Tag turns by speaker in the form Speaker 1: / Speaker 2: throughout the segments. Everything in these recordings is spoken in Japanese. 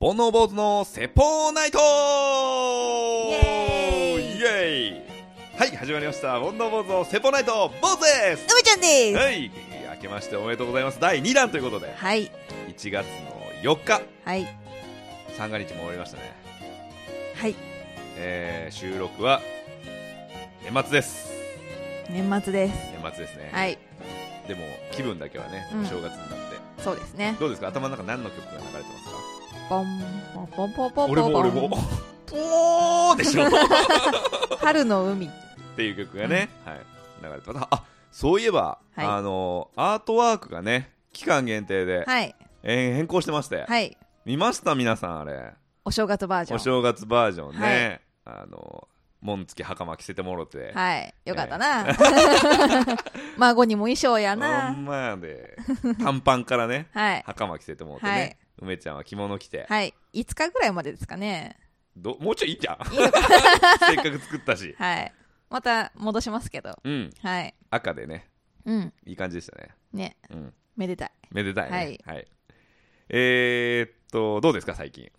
Speaker 1: 煩悩坊主の説法ナイトイ
Speaker 2: エーイ
Speaker 1: イエーイはい、始まりました。煩悩坊主の説法ナイト、坊主です
Speaker 2: 梅ちゃんです
Speaker 1: はい、明けましておめでとうございます。第2弾ということで、
Speaker 2: はい
Speaker 1: 1月の4日、
Speaker 2: はい
Speaker 1: 三が日も終わりましたね。
Speaker 2: はい
Speaker 1: えー、収録は、年末です。
Speaker 2: 年末です
Speaker 1: 年末ですね。
Speaker 2: はい
Speaker 1: でも、気分だけはね、
Speaker 2: うん
Speaker 1: お正月になって。
Speaker 2: そうですね
Speaker 1: どうですか頭の中何の曲が流れてますか
Speaker 2: ポンポンポンポンポンポン
Speaker 1: 俺も俺も。 ぽーでしょっ
Speaker 2: 春の海
Speaker 1: ていう曲がね、はい、流れてます。あそういえば、
Speaker 2: はい
Speaker 1: あのアートワークがね、期間限定で、
Speaker 2: はい
Speaker 1: えー変更してまして、
Speaker 2: はい
Speaker 1: 見ました皆さんあれ。
Speaker 2: お正月バージョン
Speaker 1: お正月バージョンね。あの紋付き袴着せてもろて。
Speaker 2: はいよかったな、 孫にも衣装や
Speaker 1: ほ
Speaker 2: なん
Speaker 1: まやで。短パンからね、
Speaker 2: はい
Speaker 1: 袴着せてもろて
Speaker 2: はい
Speaker 1: ね。梅ちゃんは着物着て。
Speaker 2: はい5日ぐらいまでですかね
Speaker 1: どもうちょいいいじゃん。
Speaker 2: いいのか
Speaker 1: せっかく作った し。
Speaker 2: はいまた戻しますけど
Speaker 1: うん。
Speaker 2: はい
Speaker 1: 赤でね、
Speaker 2: うん
Speaker 1: いい感じでしたね。
Speaker 2: ね
Speaker 1: うん。
Speaker 2: めでたい
Speaker 1: めでたいね。
Speaker 2: は
Speaker 1: はいい。えー、っと、どうですか、最近。なんか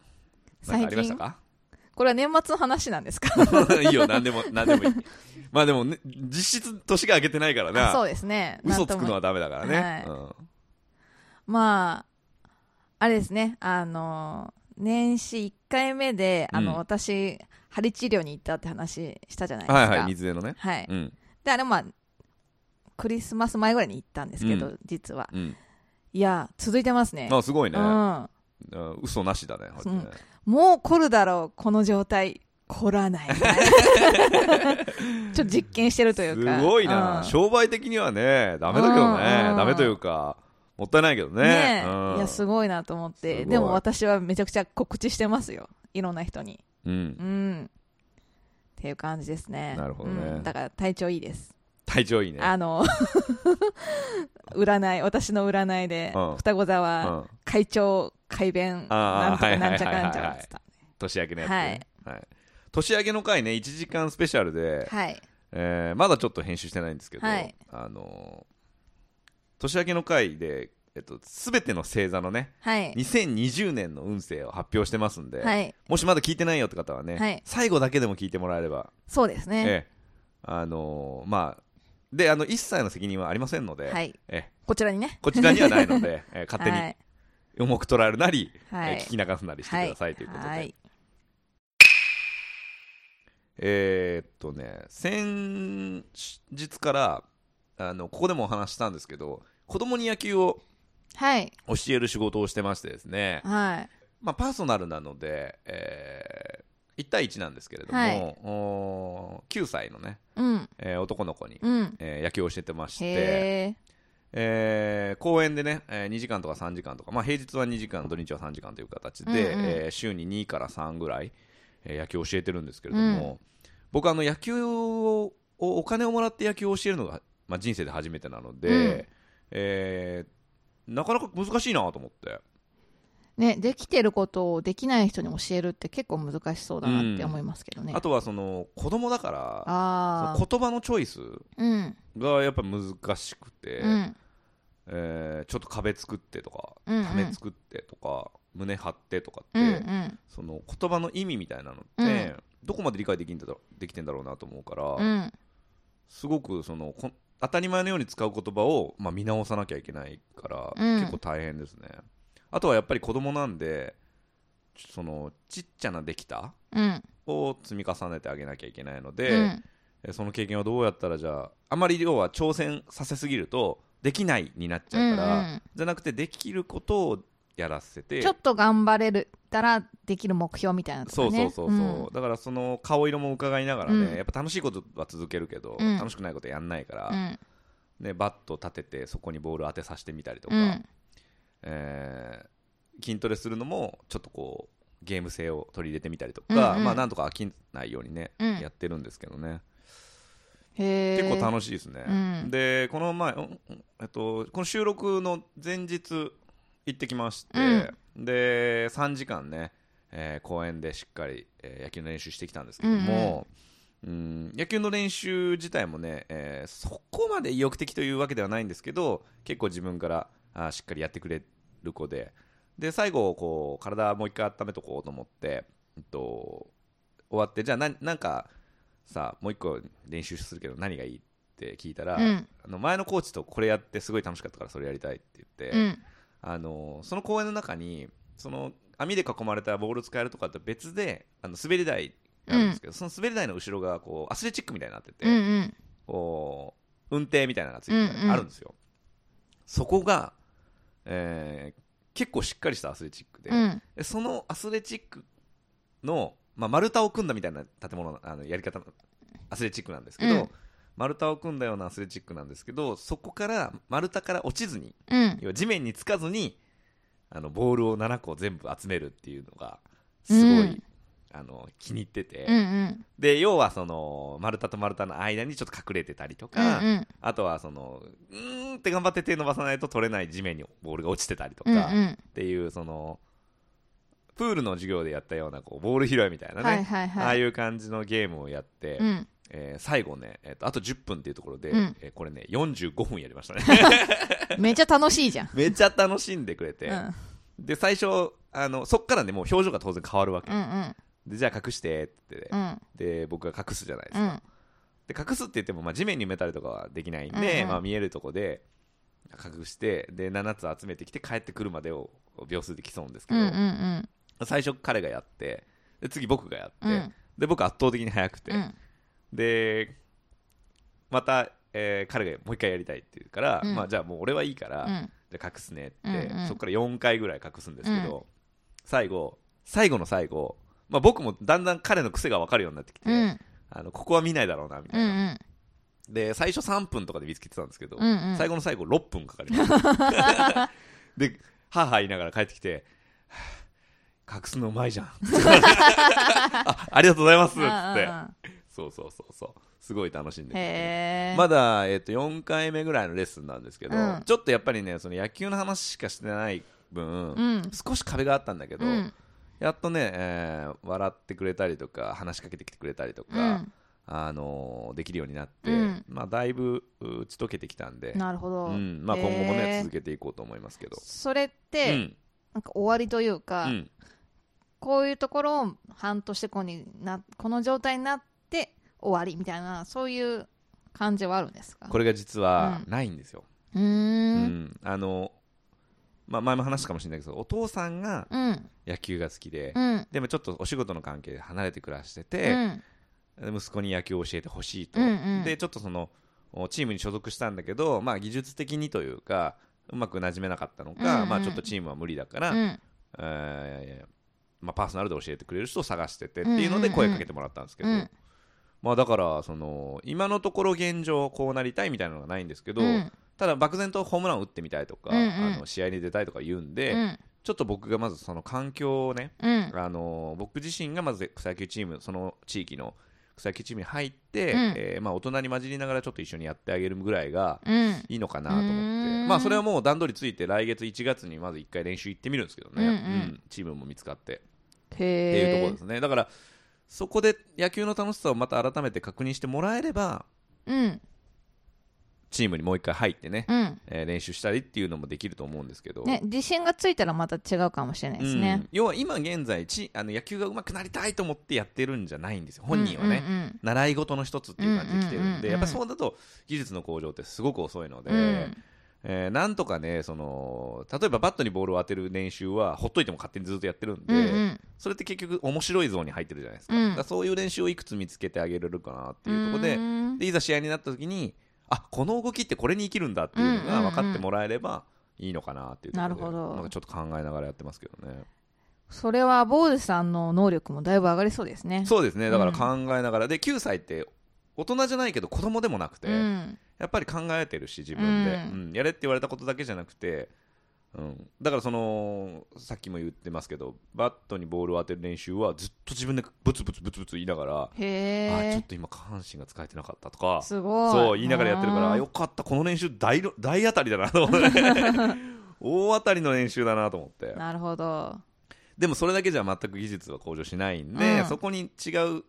Speaker 2: 最
Speaker 1: ありました
Speaker 2: 近
Speaker 1: か
Speaker 2: これは年末の話なんですか
Speaker 1: いいよ、なんでも、なんでもいい。まあでも、ね、実質年が明けてないから
Speaker 2: あ そ
Speaker 1: な。
Speaker 2: うですね
Speaker 1: 嘘
Speaker 2: な
Speaker 1: つ
Speaker 2: ん
Speaker 1: く
Speaker 2: と
Speaker 1: の
Speaker 2: も
Speaker 1: はダメだからね。
Speaker 2: はい
Speaker 1: うん
Speaker 2: まあ、あれですね、あの、年始1回目で、あの、
Speaker 1: うん
Speaker 2: 私、針治療に行ったって話したじゃないですか。
Speaker 1: はいはい、水辺のね。
Speaker 2: はい
Speaker 1: うん、
Speaker 2: で、あれ、まあ、クリスマス前ぐらいに行ったんですけど、
Speaker 1: う
Speaker 2: 実は。
Speaker 1: うん。
Speaker 2: いや、続いてますね。
Speaker 1: あ、すごいうね。
Speaker 2: ん。
Speaker 1: うん嘘なしだね、
Speaker 2: うん
Speaker 1: ほんとね
Speaker 2: もう来るだろう、この状態。来らない。 ちょっと実験してるというか。
Speaker 1: すごいな。
Speaker 2: うん
Speaker 1: 商売的にはね、ダメだけど
Speaker 2: う
Speaker 1: ね
Speaker 2: ん。
Speaker 1: ダメというか、もったいないけどね。
Speaker 2: ねえ
Speaker 1: うん
Speaker 2: いや、すごいなと思っ
Speaker 1: すご
Speaker 2: て。
Speaker 1: い
Speaker 2: でも私はめちゃくちゃ告知してますよ。いろんな人に。
Speaker 1: うん
Speaker 2: う。ん。っていう感じですね。
Speaker 1: なるほどね
Speaker 2: うんだから体調いいです。
Speaker 1: 体調いいね。
Speaker 2: あの、 占い、私の占いで、
Speaker 1: うん
Speaker 2: 双子座
Speaker 1: う
Speaker 2: は、
Speaker 1: ん。
Speaker 2: 会長、改弁、
Speaker 1: あー
Speaker 2: なんとかなんちゃ
Speaker 1: はいはいはい
Speaker 2: か
Speaker 1: はい
Speaker 2: んちゃかって言っ
Speaker 1: 年明けのやつね。はい。年明けの回ね、1時間スペシャルで、
Speaker 2: た。はい。
Speaker 1: えーまだちょっと編集してないんですけど、
Speaker 2: はい
Speaker 1: あのー年明けの回で、えっと、全ての星座のね
Speaker 2: はい。
Speaker 1: 2020年の運勢を発表してますんで、
Speaker 2: はい。
Speaker 1: もしまだ聞いてないよって方はね、
Speaker 2: はい
Speaker 1: 最後だけでも聞いてもらえれば、
Speaker 2: そうですね。
Speaker 1: ええあのーまあであの一切の責任はありませんので、
Speaker 2: はい。
Speaker 1: ええ
Speaker 2: こちらにね。
Speaker 1: こちらにはないの で、ええ勝手
Speaker 2: は
Speaker 1: に
Speaker 2: い
Speaker 1: 重く捉えるなり、
Speaker 2: はい
Speaker 1: ええ聞き流すなりしてくださいということで、
Speaker 2: はい。
Speaker 1: えーっとね先日からあのここでもお話ししたんですけど子供に野球を
Speaker 2: はい。
Speaker 1: 教える仕事をしてましてですね、
Speaker 2: はい。
Speaker 1: まあ、パーソナルなので、え1対1なんですけれども、
Speaker 2: はい
Speaker 1: おー9歳のね、
Speaker 2: うん。
Speaker 1: えー男の子に、
Speaker 2: うん。
Speaker 1: えー野球を教えてまして、
Speaker 2: へえ。
Speaker 1: えー公園でね、え2時間とか3時間とか、まあ、平日は2時間土日は3時間という形で、
Speaker 2: うんうん
Speaker 1: えー週に2から3ぐらい、えー野球を教えてるんですけれども、僕あの野球をお金をもらって野球を教えるのが、まあ、人生で初めてなので、
Speaker 2: うん
Speaker 1: えーなかなか難しいなと思って。
Speaker 2: ね、できてることをできない人に教えるって結構難しそうだなって思いますけどね。
Speaker 1: あとはその子供だから
Speaker 2: あ
Speaker 1: その言葉のチョイス
Speaker 2: あ。うん。
Speaker 1: がやっぱ難しくて、
Speaker 2: うん。
Speaker 1: えーちょっと壁作ってとか、
Speaker 2: うんうん
Speaker 1: ため作ってとか胸張ってとかって、
Speaker 2: うんうん
Speaker 1: その言葉の意味みたいなのって、
Speaker 2: うん
Speaker 1: どこまで理解できんだろできてんだろうなと思うから、
Speaker 2: うん
Speaker 1: すごくそのこ当たり前のように使う言葉を、まあ、見直さなきゃいけないから、
Speaker 2: うん
Speaker 1: 結構大変ですねあとはやっぱり子供なんでちょそのちっちゃなできた
Speaker 2: うん
Speaker 1: を積み重ねてあげなきゃいけないので、
Speaker 2: うん
Speaker 1: えーその経験をどうやったらじゃああまり要は挑戦させすぎるとできないになっちゃうから、
Speaker 2: うんうん
Speaker 1: じゃなくてできることをやらせて
Speaker 2: ちょっと頑張れるたらできる目標みたいなとか
Speaker 1: そう
Speaker 2: ね
Speaker 1: そうそうそう、だからその顔色も伺いながらね、
Speaker 2: うん
Speaker 1: やっぱ楽しいことは続けるけど、
Speaker 2: うん
Speaker 1: 楽しくないことやんないから、
Speaker 2: うん
Speaker 1: ね、バット立ててそこにボール当てさせてみたりとか、
Speaker 2: うんうん
Speaker 1: えー筋トレするのもちょっとこうゲーム性を取り入れてみたりとか、
Speaker 2: うんうん
Speaker 1: まあなんとか飽きないようにね、
Speaker 2: うん
Speaker 1: やってるんですけどね
Speaker 2: へ
Speaker 1: 結構
Speaker 2: し
Speaker 1: 楽しいですね、
Speaker 2: うん
Speaker 1: でこの前、うんうんえっと、この収録の前日行ってきまして、で3時間ね、えー公園でしっかり、えー野球の練習してきたんですけども、うん野球の練習自体もね、えーそこまで意欲的というわけではないんですけど結構自分からあーしっかりやってくれる子でで最後こう体もう一回温めとこうと思って、えっと、終わってじゃあななんかさもう一個練習するけど何がいいって聞いたら、
Speaker 2: うん
Speaker 1: あの前のコーチとこれやってすごい楽しかったからそれやりたいって言って、
Speaker 2: うん
Speaker 1: あのその公園の中にその網で囲まれたボール使えるとかって別であの滑り台があるんですけど、その滑り台の後ろがこうアスレチックみたいになってて、
Speaker 2: うんうん
Speaker 1: こう運転みたいなのがついてた
Speaker 2: うんう
Speaker 1: り
Speaker 2: ん
Speaker 1: あるんですよ、そこが、えー結構しっかりしたアスレチックで,で、
Speaker 2: うん
Speaker 1: そのアスレチックの、まあ、丸太を組んだみたいな建物のあのやり方のアスレチックなんですけど、
Speaker 2: うん
Speaker 1: 丸太を組んだようなアスレチックなんですけどそこから丸太から落ちずに
Speaker 2: うん
Speaker 1: 要は地面につかずにあのボールを7個全部集めるっていうのがすごい、
Speaker 2: うん
Speaker 1: あの気に入ってて、
Speaker 2: うんうん
Speaker 1: で要はその丸太と丸太の間にちょっと隠れてたりと
Speaker 2: う
Speaker 1: か、
Speaker 2: ん
Speaker 1: あとはそのうーんって頑張って手伸ばさないと取れない地面にボールが落ちてたりと
Speaker 2: う
Speaker 1: か、
Speaker 2: ん
Speaker 1: っ
Speaker 2: うん
Speaker 1: ていうそのプールの授業でやったようなこうボール拾いみたいなね、
Speaker 2: はいはいはい
Speaker 1: ああいう感じのゲームをやって、
Speaker 2: うん
Speaker 1: えー最後ね、えーとあと10分っていうところで、
Speaker 2: うん
Speaker 1: えーこれね45分やりましたね
Speaker 2: めっちゃ楽しいじゃん
Speaker 1: めっちゃ楽しんでくれて、
Speaker 2: うん
Speaker 1: で最初あのそっからねもう表情が当然変わるわけ、
Speaker 2: うんうん
Speaker 1: でじゃあ隠してってって、
Speaker 2: うん
Speaker 1: で僕が隠すじゃないですか、
Speaker 2: うん
Speaker 1: で隠すって言っても、まあ、地面に埋めたりとかはできないん
Speaker 2: うん
Speaker 1: で、
Speaker 2: うん
Speaker 1: まあ、見えるとこで隠してで7つ集めてきて帰ってくるまでを秒数で競うんですけ
Speaker 2: う
Speaker 1: ど、
Speaker 2: んうん
Speaker 1: 最初彼がやってで次僕がやって、
Speaker 2: うん
Speaker 1: で僕圧倒的に速くて、
Speaker 2: うん
Speaker 1: でまた、えー彼がもう一回やりたいって言うから、
Speaker 2: うん
Speaker 1: まあ、じゃあもう俺はいいから、
Speaker 2: うん
Speaker 1: じゃあ隠すねって、
Speaker 2: うんうん
Speaker 1: そこから4回ぐらい隠すんですけど、最後最後の最後、まあ、僕もだんだん彼の癖が分かるようになってきて、
Speaker 2: うん
Speaker 1: あのここは見ないだろうなみた
Speaker 2: う
Speaker 1: いな。
Speaker 2: ん
Speaker 1: で最初3分とかで見つけてたんですけど、
Speaker 2: うんうん
Speaker 1: 最後の最後6分かかりました で母言いながら帰ってきてはぁ隠すのうまいじゃ んあありがとうございますっつ
Speaker 2: うん
Speaker 1: って
Speaker 2: うんうん
Speaker 1: そうそうそうそうすごい楽しんでて
Speaker 2: へえ
Speaker 1: まだ、えっと4回目ぐらいのレッスンなんですけど、
Speaker 2: うん
Speaker 1: ちょっとやっぱりねその野球の話しかしてない分、
Speaker 2: うん
Speaker 1: 少し壁があったんだけど、
Speaker 2: うん
Speaker 1: やっとね、えー笑ってくれたりとか話しかけてきてくれたりとか、
Speaker 2: うん
Speaker 1: あのーできるようになって、
Speaker 2: うん
Speaker 1: まあ、だいぶう打ち解けてきたんで、
Speaker 2: なるほど
Speaker 1: うんまあ、今後もね、
Speaker 2: へー
Speaker 1: 続けていこうと思いますけど、
Speaker 2: それっ
Speaker 1: う
Speaker 2: て
Speaker 1: ん
Speaker 2: なんか終わりという
Speaker 1: う
Speaker 2: か
Speaker 1: ん、
Speaker 2: こういうところを半年後になこの状態になって終わりみたいなそういう感じはあるんですか
Speaker 1: これが実は
Speaker 2: う
Speaker 1: ないんですよ、
Speaker 2: うー
Speaker 1: うん
Speaker 2: ん
Speaker 1: あのまあ、前も話したかもしれないけどお父さんが
Speaker 2: うん
Speaker 1: 野球が好きで、
Speaker 2: うん
Speaker 1: でもちょっとお仕事の関係で離れて暮らして
Speaker 2: う
Speaker 1: て、
Speaker 2: ん
Speaker 1: 息子に野球を教えてほしいと、
Speaker 2: うんうん
Speaker 1: でちょっとそのおチームに所属したんだけど、まあ、技術的にというかうまくなじめなかったのか、
Speaker 2: うんうん
Speaker 1: まあ、ちょっとチームは無理だから、
Speaker 2: うん
Speaker 1: えーまあ、パーソナルで教えてくれる人を探しててっていうの
Speaker 2: うんうんう
Speaker 1: で
Speaker 2: ん
Speaker 1: 声かけてもらったんですけど、
Speaker 2: うん
Speaker 1: まあ、だからその今のところ現状こうなりたいみたいなのがないんですけど、
Speaker 2: うん
Speaker 1: ただ漠然とホームラン打ってみたいとか、
Speaker 2: うんうん
Speaker 1: あの試合に出たいとか言うんで、
Speaker 2: うん
Speaker 1: ちょっと僕がまずその環境をね、
Speaker 2: うん
Speaker 1: あの僕自身がまず草野球チームその地域の草野球チームに入って、
Speaker 2: うん
Speaker 1: えーまあ、大人に混じりながらちょっと一緒にやってあげるぐらいが
Speaker 2: うん
Speaker 1: いいのかなと思っ
Speaker 2: うー
Speaker 1: て、
Speaker 2: ん
Speaker 1: まあ、それはもう段取りついて来月1月にまず1回練習行ってみるんですけどね、
Speaker 2: うんうん
Speaker 1: チームも見つかってっていうところ
Speaker 2: へ
Speaker 1: ですねだからそこで野球の楽しさをまた改めて確認してもらえれば
Speaker 2: えうん
Speaker 1: チームにもう1回入ってね、
Speaker 2: うん
Speaker 1: えー練習したりっていうのもできると思うんですけど、
Speaker 2: ね自信がついたらまた違うかもしれないです
Speaker 1: う
Speaker 2: ね
Speaker 1: ん要は今現在ちあの野球が上手くなりたいと思ってやってるんじゃないんですよ本人はね、
Speaker 2: うんうん
Speaker 1: 習い事の一つっていう感じで来てるんで、
Speaker 2: うんうんうんうん
Speaker 1: やっぱそうだと技術の向上ってすごく遅いので、
Speaker 2: うん
Speaker 1: えーなんとかねその例えばバットにボールを当てる練習はほっといても勝手にずっとやってるんで、
Speaker 2: うんうん
Speaker 1: それって結局面白いゾーンに入ってるじゃないですか,、
Speaker 2: うん
Speaker 1: だからそういう練習をいくつ見つけてあげれるかなっていうところで,、
Speaker 2: うん
Speaker 1: でいざ試合になった時にあこの動きってこれに生きるんだっていうのが分かってもらえればいいのかなっていうところで
Speaker 2: なるほど
Speaker 1: んかちょっと考えながらやってますけどね。
Speaker 2: それは坊主さんの能力もだいぶ上がりそうですね
Speaker 1: そうですねだから
Speaker 2: うん
Speaker 1: 考えながら、で9歳って大人じゃないけど子供でもなくて、
Speaker 2: うん
Speaker 1: やっぱり考えてるし自分で、
Speaker 2: うん
Speaker 1: うんやれって言われたことだけじゃなくて、うん、だからそのさっきも言ってますけどバットにボールを当てる練習はずっと自分でブツブツブツブツ言いながら、
Speaker 2: へ
Speaker 1: あちょっ
Speaker 2: え
Speaker 1: と今下半身が使えてなかったとか
Speaker 2: すごい
Speaker 1: そう言いながらやってるから
Speaker 2: うん
Speaker 1: よかったこの 練習大ろ大当たりだなと思って 大当たりの練習だなと思って
Speaker 2: なるほど
Speaker 1: でもそれだけじゃ全く技術は向上しないんで、
Speaker 2: うん
Speaker 1: そこに違う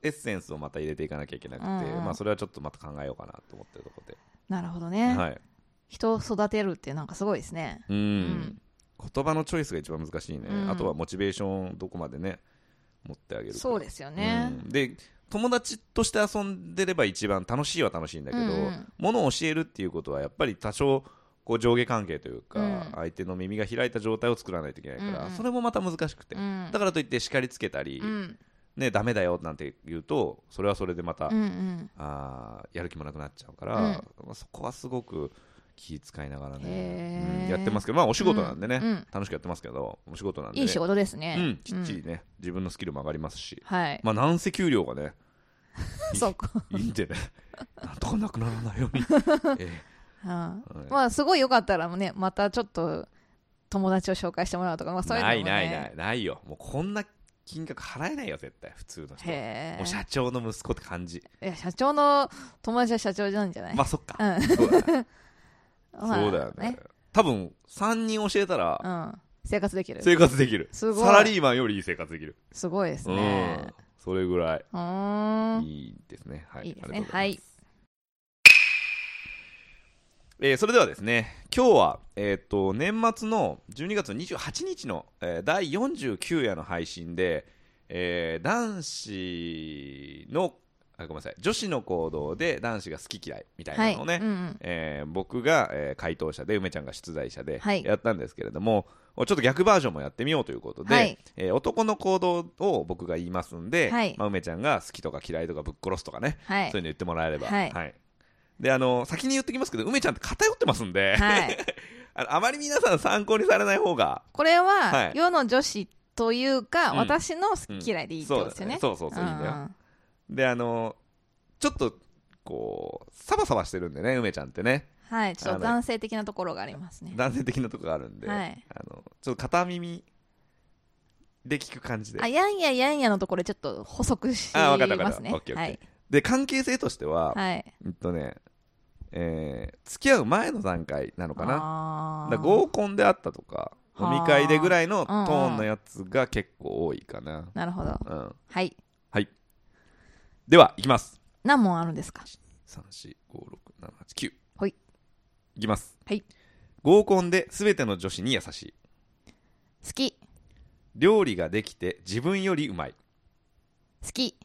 Speaker 1: エッセンスをまた入れていかなきゃいけなくて、
Speaker 2: うんうん
Speaker 1: まあ、それはちょっとまた考えようかなと思ってるところで、
Speaker 2: なるほどね
Speaker 1: はい
Speaker 2: 人を育てるってなんかすごいですね
Speaker 1: うん
Speaker 2: ん
Speaker 1: 言葉のチョイスが一番難しいね、
Speaker 2: うん
Speaker 1: あとはモチベーションどこまでね持ってあげるか
Speaker 2: そうですよね、
Speaker 1: うんで友達として遊んでれば一番楽しいは楽しいんだけど、
Speaker 2: うんうん
Speaker 1: ものを教えるっていうことはやっぱり多少こう上下関係というか、
Speaker 2: うん
Speaker 1: 相手の耳が開いた状態を作らないといけないから、
Speaker 2: うんうん
Speaker 1: それもまた難しくて、
Speaker 2: うん
Speaker 1: だからといって叱りつけたり、
Speaker 2: うん
Speaker 1: ね、ダメだよなんて言うとそれはそれでまた、
Speaker 2: うんうん
Speaker 1: あーやる気もなくなっちゃうから、
Speaker 2: うん
Speaker 1: まあそこはすごく気遣いながらね
Speaker 2: へ、ー
Speaker 1: うんやってますけど、まあ、お仕事なんでね、
Speaker 2: うんうん
Speaker 1: 楽しくやってますけどお仕事なんでね、
Speaker 2: いい仕事です
Speaker 1: う
Speaker 2: ね
Speaker 1: ん、きっちりね、自分のスキルも上がりますし、
Speaker 2: はい
Speaker 1: まあ、なんせ給料がねいい
Speaker 2: そうか、
Speaker 1: いいんでね なんとかなくならない ように、ええ
Speaker 2: うん
Speaker 1: はい
Speaker 2: まあすごいよかったらねまたちょっと友達を紹介してもらうとか、まあ、そういうの
Speaker 1: な
Speaker 2: も、ね、
Speaker 1: いないないないよもうこんな金額払えないよ絶対普通の人は
Speaker 2: へ
Speaker 1: もう社長の息子って感じ
Speaker 2: え社長の友達は社長なんじゃない、
Speaker 1: まあそっか、
Speaker 2: うん
Speaker 1: そうだね
Speaker 2: まあ
Speaker 1: そうだよね多分3人教えたら
Speaker 2: うん、生活できる
Speaker 1: 生活できる
Speaker 2: すごい
Speaker 1: サラリーマンよりいい生活できる
Speaker 2: すごいです
Speaker 1: うん
Speaker 2: ね、
Speaker 1: それぐらいう
Speaker 2: ーん
Speaker 1: いいですねはい
Speaker 2: いいです
Speaker 1: ありが
Speaker 2: ね
Speaker 1: とうござ
Speaker 2: はい
Speaker 1: ます
Speaker 2: い
Speaker 1: えーそれではですね今日は、えー、と年末の12月28日の、えー第49夜の配信で、えー男子のあごめんなさい女子の行動で男子が好き嫌いみたい
Speaker 2: はい
Speaker 1: なのをね、
Speaker 2: うんうん
Speaker 1: えー僕が、えー回答者で梅ちゃんが出題者で
Speaker 2: はい
Speaker 1: やったんですけれども、ちょっと逆バージョンもやってみようということで、
Speaker 2: はい
Speaker 1: えー男の行動を僕が言いますんで、
Speaker 2: はい
Speaker 1: まあ、梅ちゃんが好きとか嫌いとかぶっ殺すとかね、
Speaker 2: はい
Speaker 1: そういうの言ってもらえれば。は。
Speaker 2: はいい
Speaker 1: で、あの、先に言っときますけど、梅ちゃんって偏ってますんで、
Speaker 2: はい、
Speaker 1: あのあまり皆さん参考にされない方が、
Speaker 2: こ れ
Speaker 1: は
Speaker 2: はい世の女子というか、
Speaker 1: うん
Speaker 2: 私の好き嫌いでいいってことですよ
Speaker 1: う
Speaker 2: ね、
Speaker 1: んそうだねそうそうそういいんだよ
Speaker 2: ん
Speaker 1: で、あの、ちょっと、こう、サバサバしてるんでね、梅ちゃんってね、
Speaker 2: はいちょっ
Speaker 1: あ
Speaker 2: と
Speaker 1: の
Speaker 2: 男性的なところがありますね
Speaker 1: 男性的なとこがあるんで、
Speaker 2: はい
Speaker 1: あの、ちょっと片耳で聞く感じで
Speaker 2: あ。やんややんやのところちょっと補足し
Speaker 1: あわかったわか
Speaker 2: ま
Speaker 1: った
Speaker 2: すね
Speaker 1: オッケーオッ
Speaker 2: は
Speaker 1: ケ
Speaker 2: い
Speaker 1: で、関係性としては、
Speaker 2: はい
Speaker 1: うんとね、えー付き合う前の段階なのかな。
Speaker 2: な
Speaker 1: だから合コンであったとか、飲み会でぐらいのト
Speaker 2: はあ
Speaker 1: ーンのやつが結構多いかな。
Speaker 2: なるほど
Speaker 1: うん。
Speaker 2: はい
Speaker 1: では、いきます。
Speaker 2: 何問あるんですか
Speaker 1: 3、4、5、6、7、8、9。
Speaker 2: ほい。
Speaker 1: いきます。
Speaker 2: はい。
Speaker 1: 合コンで全ての女子に優しい。
Speaker 2: 好き
Speaker 1: 料理ができて自分よりうまい。
Speaker 2: 好き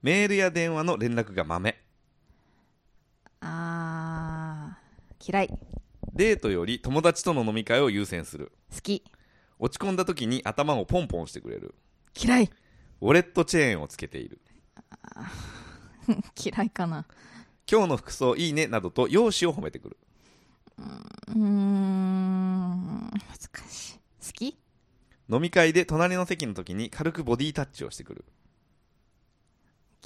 Speaker 1: メールや電話の連絡がまめ。
Speaker 2: あー嫌い
Speaker 1: デートより友達との飲み会を優先する。
Speaker 2: 好き
Speaker 1: 落ち込んだ時に頭をポンポンしてくれる。
Speaker 2: 嫌い
Speaker 1: ウォレットチェーンをつけている。
Speaker 2: 嫌いかな
Speaker 1: 今日の服装いいねなどと容姿を褒めてくる。
Speaker 2: うーん難しい好き
Speaker 1: 飲み会で隣の席の時に軽くボディタッチをしてくる。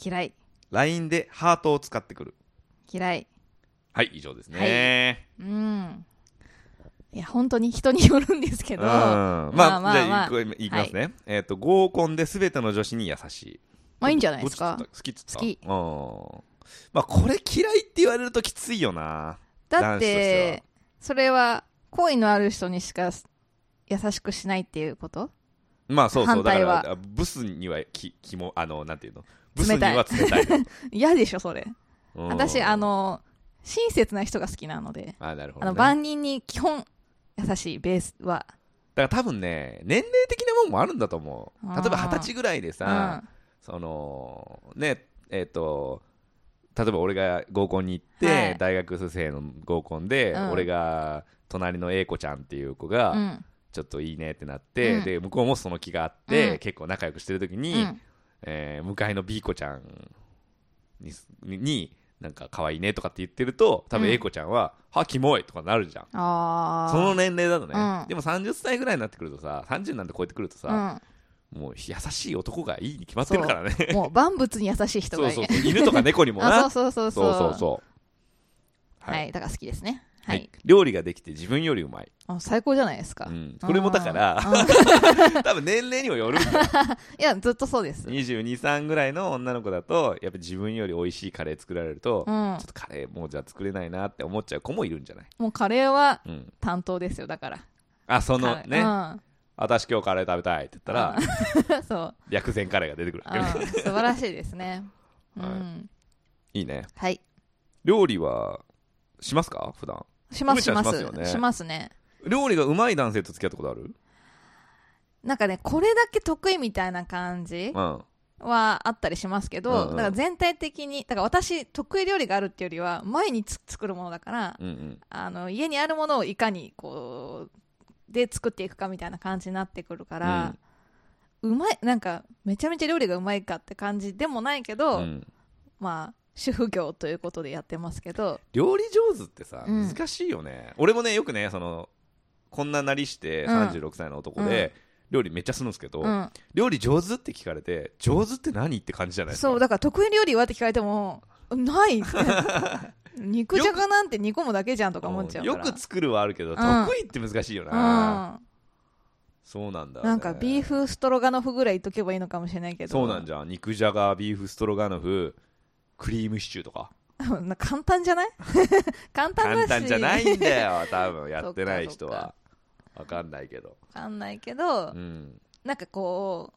Speaker 2: 嫌い
Speaker 1: LINE でハートを使ってくる。
Speaker 2: 嫌い
Speaker 1: はい、以上ですね。
Speaker 2: うんいや本当に人によるんですけど
Speaker 1: うん
Speaker 2: ま
Speaker 1: ま
Speaker 2: ま
Speaker 1: あ、
Speaker 2: あまあ
Speaker 1: じゃ
Speaker 2: ま
Speaker 1: あ、
Speaker 2: あ
Speaker 1: いくいきますね。えっ、と、合コンで全ての女子に優しい。
Speaker 2: あいいんじゃない
Speaker 1: ど
Speaker 2: で
Speaker 1: っ
Speaker 2: す
Speaker 1: ちだっ
Speaker 2: か
Speaker 1: た好きっつった
Speaker 2: 好き
Speaker 1: うん。まあ、これ嫌いって言われるときついよな。
Speaker 2: だ
Speaker 1: 男子
Speaker 2: っ
Speaker 1: として
Speaker 2: てそれは好意のある人にしか優しくしないっていうこと
Speaker 1: まあ、そうそう。
Speaker 2: 反
Speaker 1: だか
Speaker 2: 対は
Speaker 1: ら、ブスにはき、きも、あの、なんていうのブス
Speaker 2: 冷
Speaker 1: に
Speaker 2: たい
Speaker 1: は冷たい。
Speaker 2: 嫌でしょそれ
Speaker 1: うん
Speaker 2: 私あ、の親切な人が好きなので
Speaker 1: あ、なるほ
Speaker 2: あ
Speaker 1: ど、ね。
Speaker 2: の万人に基本優しいベースは
Speaker 1: だから多分ね、年齢的なもんもあるんだと思う。
Speaker 2: あ
Speaker 1: 例
Speaker 2: ー
Speaker 1: えば二十歳ぐらいで
Speaker 2: う
Speaker 1: さ、
Speaker 2: ん
Speaker 1: その、ね、えっ、と、例えば俺が合コンに行って、
Speaker 2: はい
Speaker 1: 大学生の合コンで、
Speaker 2: うん
Speaker 1: 俺が隣の A 子ちゃんっていう子が、
Speaker 2: うん
Speaker 1: ちょっといいねってなって、
Speaker 2: うん
Speaker 1: で向こうもその気があって、
Speaker 2: うん
Speaker 1: 結構仲良くしてる時
Speaker 2: う
Speaker 1: に、
Speaker 2: ん
Speaker 1: えー向かいの B 子ちゃんにになんか可愛いねとかって言ってると多分
Speaker 2: うん
Speaker 1: A 子ちゃんは「はキモい」とかなるじゃん
Speaker 2: ああ
Speaker 1: その年齢だとね、
Speaker 2: うん
Speaker 1: でも30歳ぐらいになってくるとさ30なんて超えてくるとさ、もう優しい男がいいに決まってるからね
Speaker 2: うん、もう万物に優しい 人
Speaker 1: そ
Speaker 2: が
Speaker 1: う
Speaker 2: いい
Speaker 1: そうそう犬とか猫にもな
Speaker 2: あそうそうそう
Speaker 1: そ
Speaker 2: そうう
Speaker 1: そうそう
Speaker 2: はい、だから好きですねはい、
Speaker 1: 料理ができて自分よりうまい、
Speaker 2: あ最高じゃないですか、
Speaker 1: うん、これもだから
Speaker 2: あ ー
Speaker 1: 多分年齢にも よるんだよ
Speaker 2: いやずっとそうです、
Speaker 1: 223ぐらいの女の子だとやっぱ自分より美味しいカレー作られると、
Speaker 2: う
Speaker 1: ちょ
Speaker 2: ん
Speaker 1: っ、とカレーもうじゃあ作れないなって思っちゃう子もいるんじゃない、
Speaker 2: もうカレーは
Speaker 1: うん、
Speaker 2: 担当ですよだから
Speaker 1: あその
Speaker 2: カレー
Speaker 1: ね、
Speaker 2: うん
Speaker 1: 私今日カレー食べたいって言ったら、
Speaker 2: そう
Speaker 1: 薬膳カレーが出てくるわけね
Speaker 2: うん素晴らしいですね う
Speaker 1: はい
Speaker 2: ん
Speaker 1: いいね
Speaker 2: はい
Speaker 1: 料理はしますか普段
Speaker 2: しま
Speaker 1: 梅
Speaker 2: すし
Speaker 1: ちゃん
Speaker 2: ま
Speaker 1: します
Speaker 2: す
Speaker 1: よね
Speaker 2: しますね
Speaker 1: 料理がうまい男性と付き合ったことある
Speaker 2: なんかねこれだけ得意みたいな感じ
Speaker 1: うん
Speaker 2: はあったりしますけど、
Speaker 1: うんうん
Speaker 2: だから全体的にだから私得意料理があるっていうよりは毎日作るものだから、
Speaker 1: うんうん
Speaker 2: あの家にあるものをいかにこうで作っていくかみたいな感じになってくるから、うまいなんかめちゃめちゃ料理がうまいかって感じでもないけど、
Speaker 1: うん
Speaker 2: まあ主婦業ということでやってますけど、
Speaker 1: 料理上手ってさ
Speaker 2: うん
Speaker 1: 難しいよね、俺もねよくねそのこんななりして
Speaker 2: うん
Speaker 1: 36歳の男で、料理めっちゃするんですけど、
Speaker 2: うん、
Speaker 1: 料理上手って聞かれて上手って何って感じじゃないですか
Speaker 2: そうだから得意料理はって聞かれてもない 肉じゃがなんて煮込むだけじゃんとか思っちゃうか
Speaker 1: よ
Speaker 2: ら
Speaker 1: く作るはあるけど、
Speaker 2: ん
Speaker 1: 得意って難しいよ
Speaker 2: うん、
Speaker 1: な、そうなんだ、ね、
Speaker 2: なんかビーフストロガノフぐらい言っとけばいいのかもしれないけど
Speaker 1: そうなんじゃん肉じゃがビーフストロガノフクリームシチューとか
Speaker 2: な 簡単じゃない簡単だ
Speaker 1: 簡
Speaker 2: し
Speaker 1: 単じゃないんだ よ多分や
Speaker 2: そ
Speaker 1: っ
Speaker 2: っか
Speaker 1: てない人はわかんないけど、
Speaker 2: わかんないけど、
Speaker 1: うん、
Speaker 2: なんかこ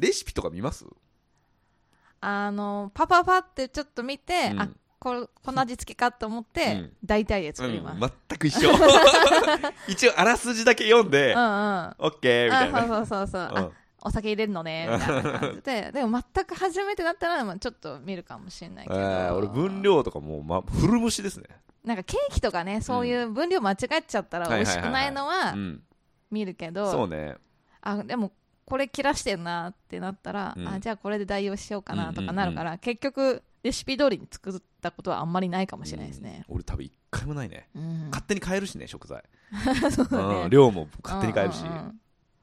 Speaker 2: う
Speaker 1: レシピとか見ます
Speaker 2: あのパパパってちょっと見て、
Speaker 1: うん
Speaker 2: あここの味付けかと思って、
Speaker 1: うん
Speaker 2: 大体で作ります、
Speaker 1: うん、全く 一緒一応あらすじだけ読んで、
Speaker 2: うんうん
Speaker 1: オッケーみたいな
Speaker 2: あそうそうそうそう、
Speaker 1: う
Speaker 2: あお酒入れるの ねみたいな感じででも全く初めてだったらまあちょっと見るかもしれないけ
Speaker 1: ん
Speaker 2: ど、
Speaker 1: えー俺分量とかもう、ま、古虫ですね
Speaker 2: なんかケーキとかねそういう分量間違っちゃったら
Speaker 1: はい
Speaker 2: 美
Speaker 1: はいはい
Speaker 2: 味し
Speaker 1: はい
Speaker 2: くないの
Speaker 1: う
Speaker 2: は
Speaker 1: ん
Speaker 2: 見るけど、
Speaker 1: そうね
Speaker 2: あでもこれ切らしてんなってなったら、
Speaker 1: うん
Speaker 2: あじゃあこれで代用しようかなと
Speaker 1: うんうんう
Speaker 2: か
Speaker 1: ん
Speaker 2: なるから、結局レシピ通りに作ったことはあんまりないかもしれないですね、
Speaker 1: うん俺多分一回もないね
Speaker 2: うん
Speaker 1: 勝手に変えるしね食 材、
Speaker 2: そうだね
Speaker 1: うん量も勝手に変えるし、
Speaker 2: うんうん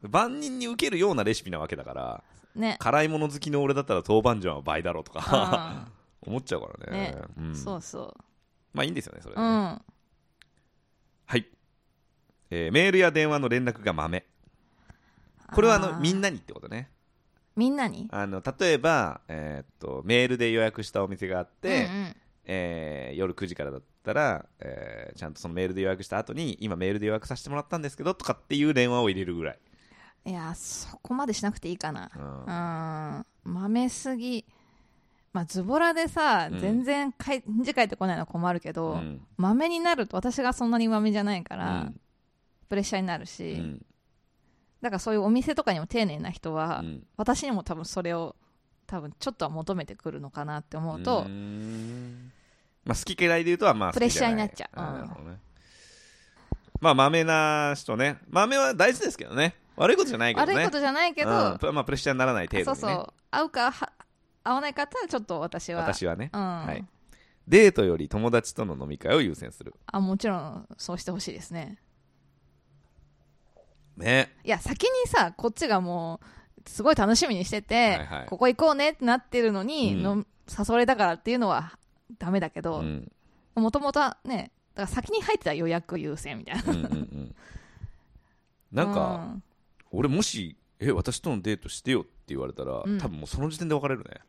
Speaker 1: 万人に受けるようなレシピなわけだから
Speaker 2: うんね
Speaker 1: 辛いもの好きの俺だったら豆板醤は倍だろうとか
Speaker 2: う
Speaker 1: 思っちゃうからね
Speaker 2: ね
Speaker 1: うん
Speaker 2: ん、そうそ
Speaker 1: まあいいんですよねそれ
Speaker 2: う、う
Speaker 1: でね
Speaker 2: ん、
Speaker 1: はい、えーメールや電話の連絡がまめこれはあの
Speaker 2: ー
Speaker 1: みんなにってことね
Speaker 2: みんなに
Speaker 1: あの例えば、えーっとメールで予約したお店があって、
Speaker 2: うんうん
Speaker 1: えー夜9時からだったら、えーちゃんとそのメールで予約した後に今メールで予約させてもらったんですけどとかっていう電話を入れるぐらい、
Speaker 2: いやそこまでしなくていいかな
Speaker 1: うん
Speaker 2: うん豆すぎまあズボラでさ、
Speaker 1: うん
Speaker 2: 全然返事返ってこないのは困るけど、
Speaker 1: うん
Speaker 2: 豆になると私がそんなに豆じゃないか
Speaker 1: う
Speaker 2: ら、
Speaker 1: ん
Speaker 2: プレッシャーになる
Speaker 1: う
Speaker 2: し、
Speaker 1: ん
Speaker 2: だからそういうお店とかにも丁寧な人は、
Speaker 1: うん
Speaker 2: 私にも多分それを多分ちょっとは求めてくるのかなって思うと、
Speaker 1: ーんまあ、好き嫌いで言うとはまあ
Speaker 2: プレッシャーになっちゃう
Speaker 1: 好きじ
Speaker 2: うん
Speaker 1: ないあーなるほどねまあまめな人ねまめは大事ですけどね悪いことじゃないけどね
Speaker 2: 悪いことじゃないけど、
Speaker 1: うんプまあ、プレッシャーにならない程度
Speaker 2: そう
Speaker 1: に、ね、
Speaker 2: そう合うかは合わない方はちょっと私は
Speaker 1: 私はね、
Speaker 2: うん
Speaker 1: はいデートより友達との飲み会を優先する
Speaker 2: あもちろんそうしてほしいですね
Speaker 1: ね
Speaker 2: いや先にさこっちがもうすごい楽しみにしてて、
Speaker 1: はいはい
Speaker 2: ここ行こうねってなってるのに、
Speaker 1: うん
Speaker 2: の誘われたからっていうのはダメだけ
Speaker 1: う
Speaker 2: ど
Speaker 1: ん
Speaker 2: もともとはねだから先に入ってた予約優先みたいな
Speaker 1: うんうん うんなんか、俺もしえ私とのデートしてよって言われたら、
Speaker 2: うん
Speaker 1: 多分もうその時点で別れるね
Speaker 2: うん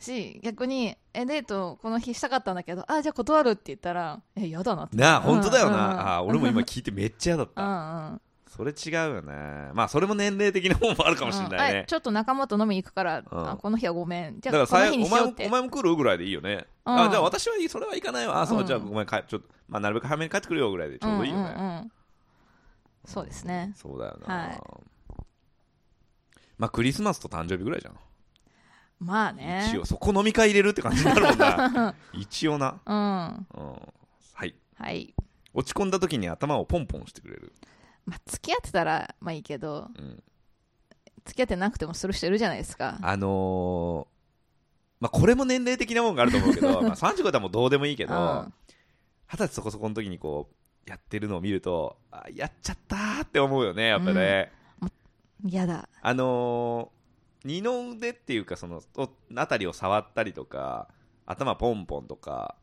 Speaker 2: し逆にえデートこの日したかったんだけどあじゃあ断るって言ったらえ嫌だなって
Speaker 1: なあ
Speaker 2: うん
Speaker 1: 本当だよな、
Speaker 2: うん
Speaker 1: あ俺も今聞いてめっちゃ嫌だっ
Speaker 2: うんう
Speaker 1: た、
Speaker 2: ん
Speaker 1: それ違うよねまあそれも年齢的なもんもあるかもしれない
Speaker 2: うん
Speaker 1: ね
Speaker 2: あ、ちょっと仲間と飲み行くから、
Speaker 1: うん
Speaker 2: あこの日はごめんじ
Speaker 1: だ
Speaker 2: ゃ
Speaker 1: か
Speaker 2: あ
Speaker 1: らさ
Speaker 2: この日
Speaker 1: お
Speaker 2: にしよ
Speaker 1: 前
Speaker 2: うっ
Speaker 1: も
Speaker 2: て
Speaker 1: お前も来るぐらいでいいよね、
Speaker 2: うん
Speaker 1: あじゃあ私はいいそれはいかないわあそう、
Speaker 2: うん
Speaker 1: じゃあごめんかちょっと、まあ、なるべく早めに帰ってくるよぐらいでちょうどいいよね、
Speaker 2: うんうんうんそうですね
Speaker 1: そうだよな、
Speaker 2: はい
Speaker 1: まあクリスマスと誕生日ぐらいじゃん、
Speaker 2: まあね
Speaker 1: 一応そこ飲み会入れるって感じになるもん な一応な、
Speaker 2: うんは
Speaker 1: うん、はい
Speaker 2: い、
Speaker 1: 落ち込んだ時に頭をポンポンしてくれる、
Speaker 2: まあ、付き合ってたらまあいいけど
Speaker 1: うん、
Speaker 2: 付き合ってなくてもする人いるじゃないですか
Speaker 1: あのーまあ、これも年齢的なもんがあると思うけ どまあ30はもうどうでもいいけど
Speaker 2: う
Speaker 1: 二十
Speaker 2: ん、
Speaker 1: 歳そこそこの時にこうやってるのを見るとあやっちゃったーって思うよねやっぱね、
Speaker 2: 嫌だ
Speaker 1: あのー二の腕っていうかそのおあたりを触ったりとか頭ポンポンとか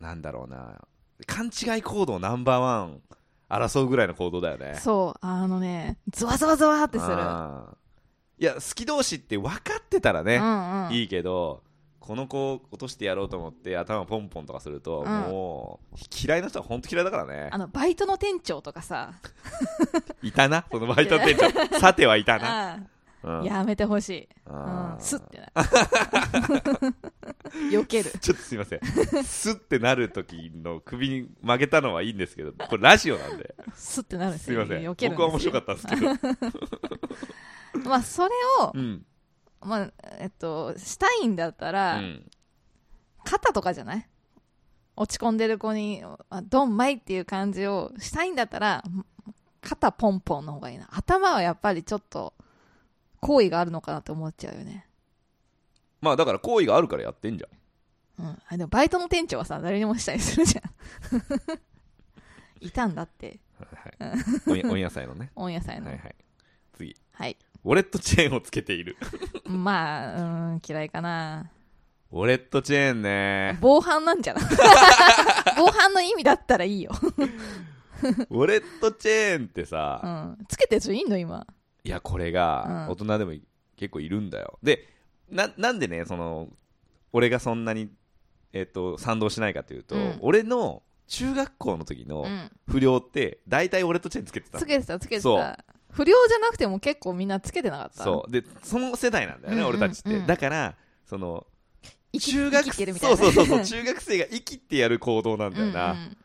Speaker 1: なんだろうな勘違い行動ナンバーワン争うぐらいの行動だよね
Speaker 2: そうあのねズワズワズワってする
Speaker 1: あーいや好き同士って分かってたらね、
Speaker 2: うんうん
Speaker 1: いいけどこの子を落としてやろうと思って頭ポンポンとかすると、
Speaker 2: うん
Speaker 1: もう嫌いな人は本当嫌いだからね
Speaker 2: あのバイトの店長とかさ
Speaker 1: いたなそのバイト店長さてはいたな、
Speaker 2: あ
Speaker 1: うん
Speaker 2: ーやめてほしい、う
Speaker 1: あ
Speaker 2: ん、
Speaker 1: ー
Speaker 2: スッてな避ける
Speaker 1: ちょっとすいませんスッてなる時の首に曲げたのはいいんですけどこれラジオなん で
Speaker 2: スッてなるんです
Speaker 1: すいま
Speaker 2: よ
Speaker 1: せん
Speaker 2: 避けるん
Speaker 1: 僕
Speaker 2: ですよ
Speaker 1: は面白かったんですけ ど、
Speaker 2: まあそれを、
Speaker 1: うん
Speaker 2: まあえっと、したいんだった
Speaker 1: う
Speaker 2: ら、
Speaker 1: ん、
Speaker 2: 肩とかじゃない落ち込んでる子にあドンマイっていう感じをしたいんだったらん肩ポンポンの方がいいな頭はやっぱりちょっと好意があるのかなって思っちゃうよね、
Speaker 1: まあだから好意があるからやってんじゃん
Speaker 2: うん、あでもバイトの店長はさ誰にもしたりするじゃんいたんだって
Speaker 1: はい、温野菜のね
Speaker 2: 温野菜の
Speaker 1: は
Speaker 2: はいい、
Speaker 1: はい次ウォレットチェーンをつけている
Speaker 2: まあうん嫌いかな
Speaker 1: ウォレットチェーンね
Speaker 2: 防犯なんじ ゃない防犯の意味だったらいいよ、
Speaker 1: ウォレットチェーンってさ、
Speaker 2: うん、つけてる人いいの今
Speaker 1: いやこれが
Speaker 2: うん
Speaker 1: 大人でもい結構いるんだよ、でななんでねその俺がそんなに、えっと賛同しないかというと、
Speaker 2: うん
Speaker 1: 俺の中学校の時の
Speaker 2: うん
Speaker 1: 不良って大体俺とチェーンつけてたの
Speaker 2: つけてたつけて
Speaker 1: そう
Speaker 2: た不良じゃなくても結構みんなつけてなかった
Speaker 1: そうでその世代なんだよね、
Speaker 2: うんうんうん
Speaker 1: 俺たちって、だからその
Speaker 2: 生き
Speaker 1: 中学
Speaker 2: 生きてるみたい
Speaker 1: そう
Speaker 2: な
Speaker 1: そうそうそう 中学生が生きてやる行動なんだよな、
Speaker 2: うんうん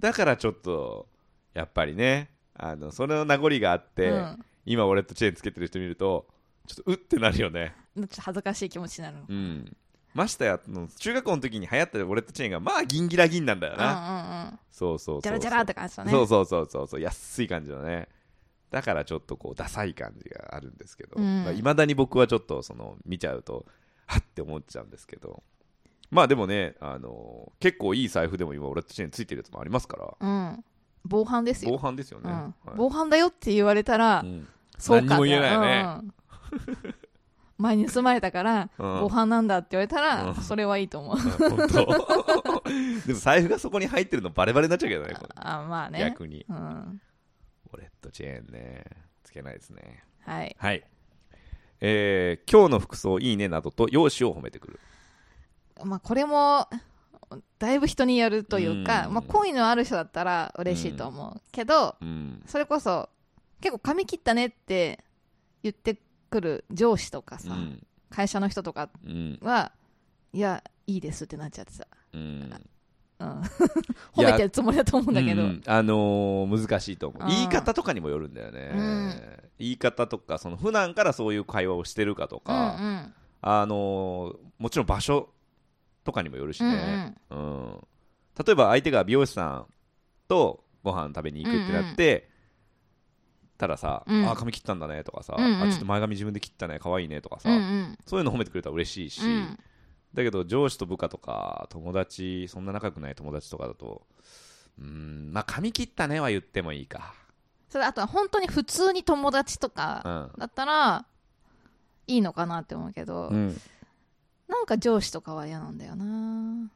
Speaker 1: だからちょっとやっぱりねあのその名残があって、
Speaker 2: うん
Speaker 1: 今俺とチェーンつけてる人見るとちょっとうってなるよね
Speaker 2: ちょっと恥ずかしい気持ちになるの
Speaker 1: うん。ましてや、の中学校の時に流行ったウォレットチェーンが、まあ、ギンギラギンなんだよな。
Speaker 2: うんうんうん
Speaker 1: そうそうそうそう。
Speaker 2: ジャラジャラって感じだね
Speaker 1: そうそうそうそうそう。安い感じのね。だからちょっとこう、ダサい感じがあるんですけど、
Speaker 2: う
Speaker 1: い
Speaker 2: ん
Speaker 1: まあ、未だに僕はちょっと、その、見ちゃうと、はっって思っちゃうんですけど。まあでもね、あのー結構いい財布でも今、ウォレットチェーンついてるやつもありますから、
Speaker 2: うん防犯ですよ
Speaker 1: 防犯ですよね。
Speaker 2: うん
Speaker 1: はい
Speaker 2: 防犯だよって言われたら、
Speaker 1: うん
Speaker 2: そうか
Speaker 1: 何にも言えないよね
Speaker 2: うん うん前に盗まれたから、
Speaker 1: うん
Speaker 2: 防犯なんだって言われたら、
Speaker 1: うん
Speaker 2: それはいいと思う
Speaker 1: 本当 でも財布がそこに入ってるのバレバレになっちゃうけどね、こ
Speaker 2: あまあ
Speaker 1: れ
Speaker 2: ね
Speaker 1: 逆に。
Speaker 2: うん
Speaker 1: ウォレットチェーンねつけないですね
Speaker 2: はい
Speaker 1: はいえー、今日の服装いいねなどと容姿を褒めてくる
Speaker 2: まあこれもだいぶ人によるというか、
Speaker 1: うん
Speaker 2: まあ、好意のある人だったら嬉しいと思うけど、
Speaker 1: うん
Speaker 2: それこそ結構髪切ったねって言ってくる上司とか
Speaker 1: う
Speaker 2: さ、
Speaker 1: ん
Speaker 2: 会社の人とか
Speaker 1: うん
Speaker 2: はいやいいですってなっちゃってさ、
Speaker 1: うん
Speaker 2: うん、
Speaker 1: い
Speaker 2: 褒
Speaker 1: や
Speaker 2: めてるつもりだと思うんだけど、
Speaker 1: うんあのー難しいと思う
Speaker 2: うん
Speaker 1: 言い方とかにもよるんだよね、
Speaker 2: うん
Speaker 1: 言い方とかその普段からそういう会話をしてるかと
Speaker 2: うん
Speaker 1: か、
Speaker 2: うん
Speaker 1: あのーもちろん場所とかにもよるし
Speaker 2: うん
Speaker 1: ね、うん例えば相手が美容師さんとご飯食べに行くってなって、たらさ、
Speaker 2: うん
Speaker 1: あ髪切ったんだねとかさ、
Speaker 2: うんうん
Speaker 1: あちょっと前髪自分で切ったね可愛いねとかさ、
Speaker 2: うんうん
Speaker 1: そういうの褒めてくれたら嬉しいし、
Speaker 2: うん
Speaker 1: だけど上司と部下とか友達そんな仲良くない友達とかだとうーんまあ髪切ったねは言ってもいいか、
Speaker 2: それあとは本当に普通に友達と
Speaker 1: う
Speaker 2: か
Speaker 1: ん
Speaker 2: だったらいいのかなって思うけど、
Speaker 1: うん
Speaker 2: なんか上司とかは嫌なんだよなうん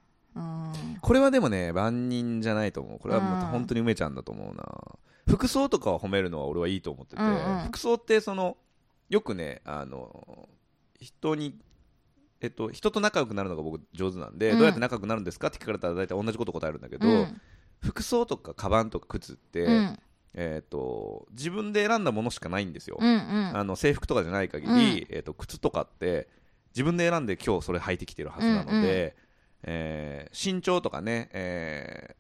Speaker 1: これはでもね万人じゃないと思うこれはもう
Speaker 2: うん
Speaker 1: 本当に梅ちゃんだと思うな服装とかを褒めるのは俺はいいと思ってて、
Speaker 2: うんうん
Speaker 1: 服装ってそのよくねあの人にえっと、人と仲良くなるのが僕上手なんで、
Speaker 2: うん
Speaker 1: どうやって仲良くなるんですかって聞かれたら大体同じこと答えるんだけど、
Speaker 2: うん
Speaker 1: 服装とかカバンとか靴って、
Speaker 2: うん
Speaker 1: えー、と自分で選んだものしかないんですよ、
Speaker 2: うんうん
Speaker 1: あの制服とかじゃない限り、
Speaker 2: うん
Speaker 1: えー、と靴とかって自分で選んで今日それ履いてきてるはずなので、
Speaker 2: うんうん
Speaker 1: えー身長とかね、えー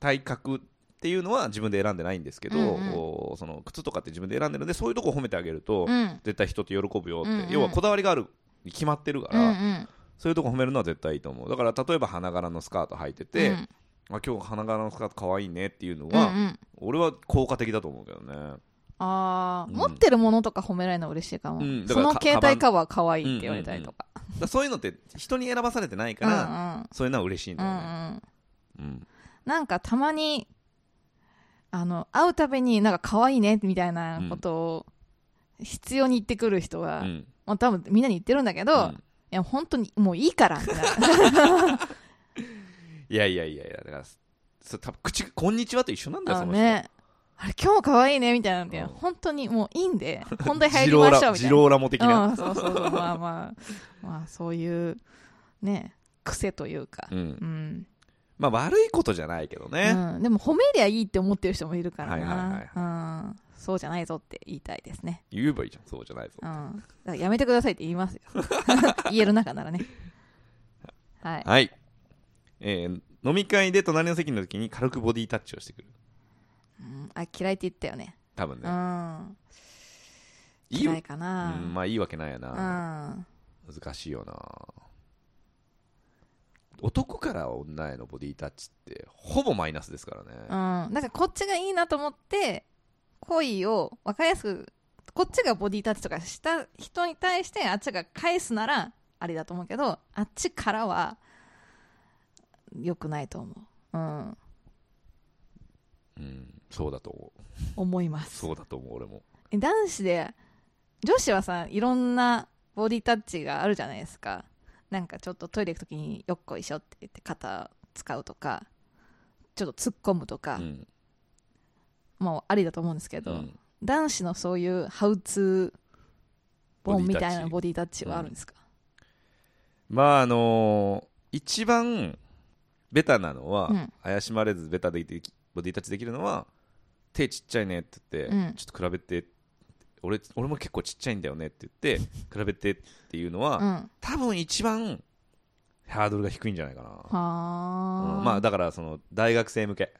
Speaker 1: 体格っていうのは自分で選んでないんですけど、
Speaker 2: うんうん
Speaker 1: おその靴とかって自分で選んでるのでそういうとこ褒めてあげると、
Speaker 2: うん
Speaker 1: 絶対人って喜ぶよって、
Speaker 2: うんうん
Speaker 1: 要はこだわりがあるに決まってるか
Speaker 2: う
Speaker 1: ら、
Speaker 2: ん
Speaker 1: そういうとこ褒めるのは絶対いいと思うだから例えば花柄のスカート履いてて、
Speaker 2: うん
Speaker 1: あ今日花柄のスカート可愛いねっていうの
Speaker 2: うんう
Speaker 1: は、
Speaker 2: ん
Speaker 1: 俺は効果的だと思うけどね
Speaker 2: あー
Speaker 1: うん
Speaker 2: 持ってるものとか褒められるの嬉しいかも、
Speaker 1: うんだ
Speaker 2: そ
Speaker 1: から
Speaker 2: の
Speaker 1: かカ
Speaker 2: 携
Speaker 1: バン
Speaker 2: 帯カバー可愛いって言われたりとか、
Speaker 1: だからそういうのって人に選ばされてないか
Speaker 2: うんう
Speaker 1: ら、
Speaker 2: ん
Speaker 1: そういうのは嬉しいん
Speaker 2: う
Speaker 1: だよね、
Speaker 2: んうん
Speaker 1: うん
Speaker 2: なんかたまにあの会うたびになんか可愛いねみたいなことを必要に言ってくる人は、
Speaker 1: うん
Speaker 2: まあ、多分みんなに言ってるんだけど、
Speaker 1: う
Speaker 2: い
Speaker 1: ん
Speaker 2: や本当にもういいからみたいな
Speaker 1: いやいやいやいやだからそ多分口が「こんにちは」と一緒なんだよ
Speaker 2: あ
Speaker 1: そ
Speaker 2: の
Speaker 1: の人
Speaker 2: ねあれ今日も可愛いねみたいなんで、
Speaker 1: うん
Speaker 2: 本当にもういい んで本題入
Speaker 1: ジ
Speaker 2: り
Speaker 1: ロ
Speaker 2: ま
Speaker 1: ー
Speaker 2: しょ
Speaker 1: ラ
Speaker 2: うみた
Speaker 1: ジ
Speaker 2: い
Speaker 1: ローラモ的な、
Speaker 2: なうん、そうそうそうまあまあまあそういうね癖というか、
Speaker 1: うん
Speaker 2: うん
Speaker 1: まあ悪いことじゃないけどね、
Speaker 2: うん、でも褒めりゃいいって思ってる人もいるから
Speaker 1: はいはいはい
Speaker 2: なうんそうじゃないぞって言いたいですね
Speaker 1: 言えばいいじゃんそうじゃないぞ、
Speaker 2: うん、だからやめてくださいって言いますよ言える中ならねはい。
Speaker 1: はい、えー飲み会で隣の席の時に軽くボディタッチをしてくる
Speaker 2: うんあ、嫌いって言ったよね。
Speaker 1: 多分
Speaker 2: う
Speaker 1: ね、
Speaker 2: ん。
Speaker 1: いいよ
Speaker 2: 嫌いかな。
Speaker 1: うん、まあいいわけないや
Speaker 2: う
Speaker 1: な、
Speaker 2: ん。
Speaker 1: 難しいよな男から女へのボディタッチってほぼマイナスですからね、
Speaker 2: うん。だからこっちがいいなと思って、恋を分かりやすく、こっちがボディタッチとかした人に対してあっちが返すならありだと思うけど、あっちからは良くないと思う。うん。
Speaker 1: うん、そうだと思う
Speaker 2: 思います。
Speaker 1: そうだと思う俺も
Speaker 2: え男子で女子はさいろんなボディタッチがあるじゃないですかなんかちょっとトイレ行く時によっこいしょって言って肩使うとかちょっと突っ込むとか、
Speaker 1: うん
Speaker 2: まあありだと思うんですけど、
Speaker 1: うん
Speaker 2: 男子のそういうハウツー本みたいなボ
Speaker 1: ボ
Speaker 2: ディタッチはあるんですか、
Speaker 1: まああのー一番ベタなのは、
Speaker 2: うん
Speaker 1: 怪しまれずベタでできボディタッチできるのは手ちっちゃいねって言って、
Speaker 2: うん
Speaker 1: ちょっと比べて俺俺も結構ちっちゃいんだよねって言って比べてっていうのは、
Speaker 2: うんは
Speaker 1: 多分一番ハードルが低いんじゃないかな、
Speaker 2: あ、
Speaker 1: うんまあだからその大学生向 け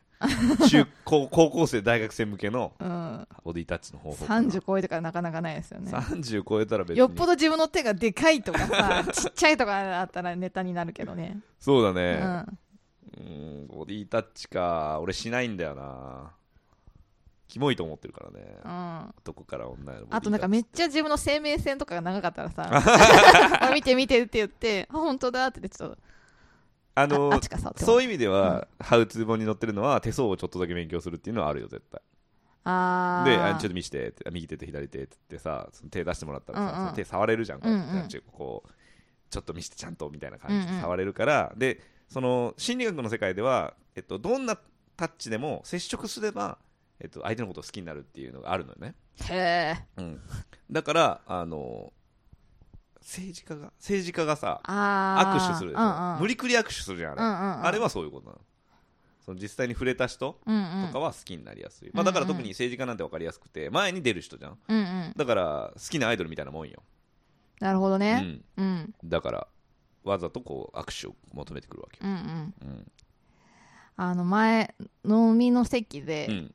Speaker 1: 中高高校生大学生向けの
Speaker 2: うん、
Speaker 1: ボディタッチの方法かな
Speaker 2: 30超えてからなかなかないですよね
Speaker 1: 30超えたら別に
Speaker 2: よっぽど自分の手がでかいとか さちっちゃいとかだったらネタになるけどね、
Speaker 1: そうだね、
Speaker 2: うん
Speaker 1: うーんボディタッチか俺しないんだよなキモいと思ってるからね、
Speaker 2: うん、
Speaker 1: 男から女へのボディタッチ
Speaker 2: あとなんかめっちゃ自分の生命線とかが長かった らさあ見て見てって言ってあ本当だって言ってちょっ
Speaker 1: あ
Speaker 2: と
Speaker 1: の
Speaker 2: ああっちかさって
Speaker 1: そういう意味では、ハウツー本に載ってるのは手相をちょっとだけ勉強するっていうのはあるよ絶対
Speaker 2: あ
Speaker 1: であちょっ
Speaker 2: っ
Speaker 1: と見してってあ右手と左手って言ってさその手出してもらったらさ、
Speaker 2: うんうん
Speaker 1: その手触れるじゃんこうやって
Speaker 2: うんうん
Speaker 1: ちょっとこうちょっと見してちゃんとみたいな感じ
Speaker 2: うんう
Speaker 1: で
Speaker 2: ん
Speaker 1: 触れるから、でその心理学の世界では、えっと、どんなタッチでも接触すれば、えっと、相手のことを好きになるっていうのがあるのよね
Speaker 2: とへえ
Speaker 1: うん、だからあの政治家が政治家がさ
Speaker 2: あ
Speaker 1: 握
Speaker 2: ー
Speaker 1: 手するでしょ、
Speaker 2: うんうん、
Speaker 1: 無理くり握手するじゃんあれ、
Speaker 2: うんうんうん
Speaker 1: あれはそういうことなのその実際に触れた人
Speaker 2: うんう
Speaker 1: と
Speaker 2: ん
Speaker 1: かは好きになりやすい、まあ、だから特に政治家なんて分かりやすくて前に出る人じゃん
Speaker 2: うんうん
Speaker 1: だから好きなアイドルみたいなもんよ、
Speaker 2: なるほど
Speaker 1: う
Speaker 2: ね
Speaker 1: ん、
Speaker 2: うんうん
Speaker 1: だからわざとこう握手を求めてくるわけ
Speaker 2: う
Speaker 1: よ、
Speaker 2: んうん
Speaker 1: うん
Speaker 2: あの前飲みの席
Speaker 1: う
Speaker 2: で
Speaker 1: ん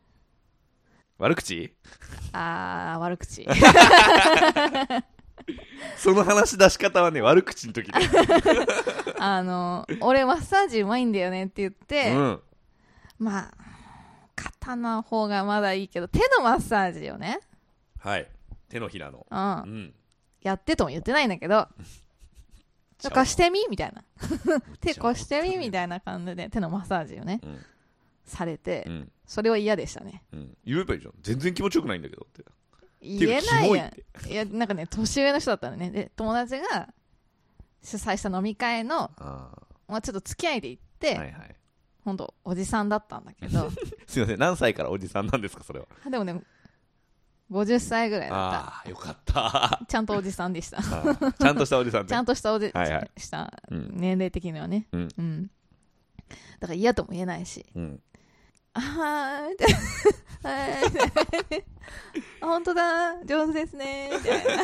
Speaker 1: 悪口
Speaker 2: あー悪口
Speaker 1: その話し出し方はね悪口の時 だよ、
Speaker 2: あの俺マッサージうまいんだよねって言って
Speaker 1: うん、
Speaker 2: まあ肩の方がまだいいけど手のマッサージよね
Speaker 1: はい手のひらの、
Speaker 2: うん
Speaker 1: うん、
Speaker 2: やってとも言ってないんだけど
Speaker 1: ちゃう
Speaker 2: 貸してみみた いな手貸してみみ
Speaker 1: い
Speaker 2: たいな感じで手のマッサージをね
Speaker 1: な、うん
Speaker 2: されて
Speaker 1: うん
Speaker 2: それは嫌でしたね
Speaker 1: うん、言えばいいじゃん全然気持ちよくないんだけどって
Speaker 2: 言えない
Speaker 1: キモい
Speaker 2: や
Speaker 1: って
Speaker 2: んいやなんかね年上の人だったのねで友達が主催した飲み会の、
Speaker 1: あ
Speaker 2: まあ、ちょっと付き合いで行っ
Speaker 1: あ
Speaker 2: て、
Speaker 1: はいはい
Speaker 2: ほんとおじさんだったんだ けど
Speaker 1: すいません何歳からおじさんなんですかそれは
Speaker 2: でもね50歳ぐらいだった
Speaker 1: ああよかった
Speaker 2: ちゃんとおじさんでした
Speaker 1: ちゃんとしたおじさん
Speaker 2: ちゃん
Speaker 1: と
Speaker 2: としたおじ、
Speaker 1: はいはい
Speaker 2: した
Speaker 1: うん
Speaker 2: 年齢的にはね
Speaker 1: うん
Speaker 2: うん、だから嫌とも言えないし
Speaker 1: うん
Speaker 2: あーみたいな。はいみたいなあ、本当だ。上手ですね。みたいな。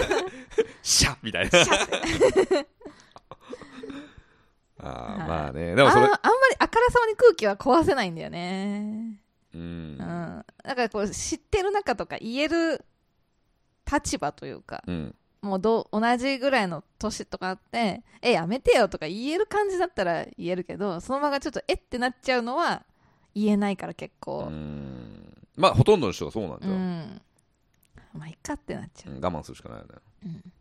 Speaker 1: シャッみたいな
Speaker 2: シャッて
Speaker 1: あ
Speaker 2: は
Speaker 1: あ
Speaker 2: い
Speaker 1: まあねで
Speaker 2: あ
Speaker 1: も
Speaker 2: んあ
Speaker 1: そ
Speaker 2: ん
Speaker 1: れ
Speaker 2: まりあからさまに空気は壊せないんだよね。
Speaker 1: う
Speaker 2: うんん。だからこう、知ってる中とか言える立場というか、
Speaker 1: うん
Speaker 2: もうどう同じぐらいの年とかあって、え、やめてよとか言える感じだったら言えるけど、その場がちょっとえってなっちゃうのは言えないから結
Speaker 1: う
Speaker 2: 構。
Speaker 1: んまあほとんどの人がそうなん
Speaker 2: う
Speaker 1: だ
Speaker 2: ん。
Speaker 1: よ
Speaker 2: まあ、いっかってなっちゃ
Speaker 1: う
Speaker 2: う。
Speaker 1: ん我慢するしかないよね
Speaker 2: うん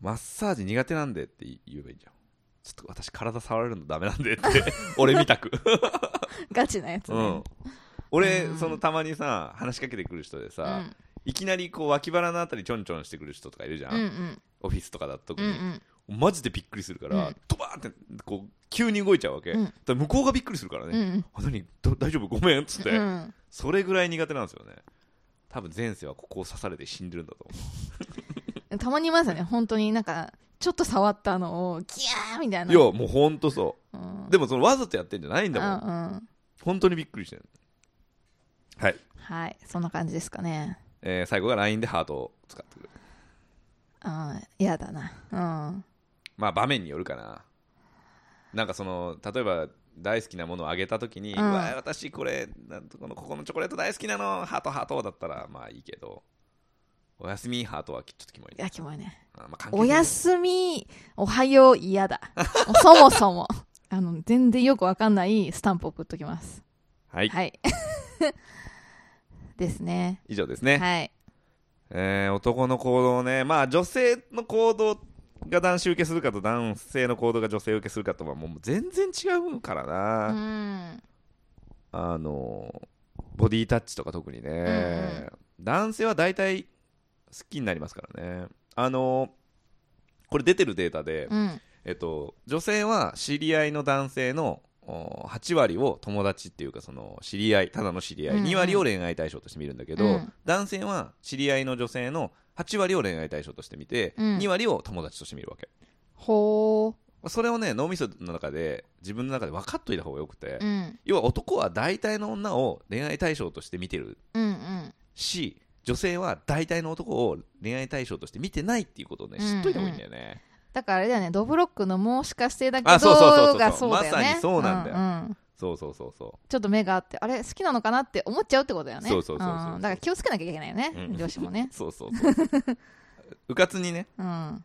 Speaker 1: マッサージ苦手なんでって言えばいいじゃんちょっと私体触れるのダメなん でって俺みたく
Speaker 2: ガチなやつね。
Speaker 1: うん俺
Speaker 2: うん
Speaker 1: そのたまにさ話しかけてくる人で
Speaker 2: う
Speaker 1: さ
Speaker 2: ん
Speaker 1: いきなりこう脇腹のあたりちょんちょんしてくる人とかいるじゃん、
Speaker 2: うんうん
Speaker 1: オフィスとかだと特
Speaker 2: うんう
Speaker 1: に、
Speaker 2: ん
Speaker 1: マジでびっくりするから、
Speaker 2: うん
Speaker 1: ドバーンってこう急に動いちゃうわけ、
Speaker 2: うん
Speaker 1: だから向こうがびっくりするから
Speaker 2: う
Speaker 1: ね、
Speaker 2: ん
Speaker 1: あ何ど大丈夫ごめんっつって、
Speaker 2: うん
Speaker 1: それぐらい苦手なんですよね多分前世はここを刺されて死んでるんだと思
Speaker 2: たまにいますよね本当になんかちょっと触ったのをギャーみたいな
Speaker 1: ういやもうほんとそ
Speaker 2: うん
Speaker 1: うでもそのわざとやってんじゃないんだもん、
Speaker 2: うんうん
Speaker 1: 本当にびっくりしてるはい、
Speaker 2: はいそんな感じですかね
Speaker 1: えー最後が LINE でハートを使ってくる
Speaker 2: うん嫌だな
Speaker 1: まあ場面によるかななんかその例えば大好きなものをあげたときに、
Speaker 2: うん
Speaker 1: うわ私これなんとこのここのチョコレート大好きなのハートハートだったらまあいいけどおやすみハートはきちょっとキモい
Speaker 2: い
Speaker 1: ね
Speaker 2: や、キモいね。
Speaker 1: あまあ関係ない
Speaker 2: おやすみ、おはよう、嫌だ。そもそも。あの、全然よくわかんないスタンプ送っときます。
Speaker 1: はい、
Speaker 2: はい。 ですね。
Speaker 1: 以上ですね、
Speaker 2: はい。
Speaker 1: えー男の行動ねまあ女性の行動が男子受けするかと男性の行動が女性受けするかとはもう全然違うからな、
Speaker 2: うん。
Speaker 1: あのボディタッチとか特にね、
Speaker 2: ん
Speaker 1: 男性は大体好きになりますからねあのこれ出てるデータで、
Speaker 2: うん。
Speaker 1: えっと、女性は知り合いの男性のお8割を友達っていうかその知り合いただの知り合い、
Speaker 2: うんうん
Speaker 1: 2割を恋愛対象として見るんだけど、
Speaker 2: うん
Speaker 1: 男性は知り合いの女性の8割を恋愛対象として見て、
Speaker 2: うん
Speaker 1: 2割を友達として見るわけ
Speaker 2: ほ
Speaker 1: それをね脳みその中で自分の中で分かっといた方がよくて、
Speaker 2: う。うん。
Speaker 1: 要は男は大体の女を恋愛対象として見てる
Speaker 2: うんうん。
Speaker 1: し女性は大体の男を恋愛対象として見てないっていうことをね
Speaker 2: うんうん
Speaker 1: 知っといた方がいいんだよね、
Speaker 2: だからあれだよね、ドブロックのもしかしてだけ
Speaker 1: あ
Speaker 2: ど
Speaker 1: そうそうそうそう
Speaker 2: がそうだよね。
Speaker 1: まさにそうなんだよ
Speaker 2: うんうん
Speaker 1: そうそうそうそ
Speaker 2: ちょっと目があって、あれ好きなのかなって思っちゃうってことだよね。
Speaker 1: そうそうそうそうん
Speaker 2: だから気をつけなきゃいけないよね、
Speaker 1: うん
Speaker 2: 女子もね
Speaker 1: う。 そうそうそうそう うかつにね
Speaker 2: うん。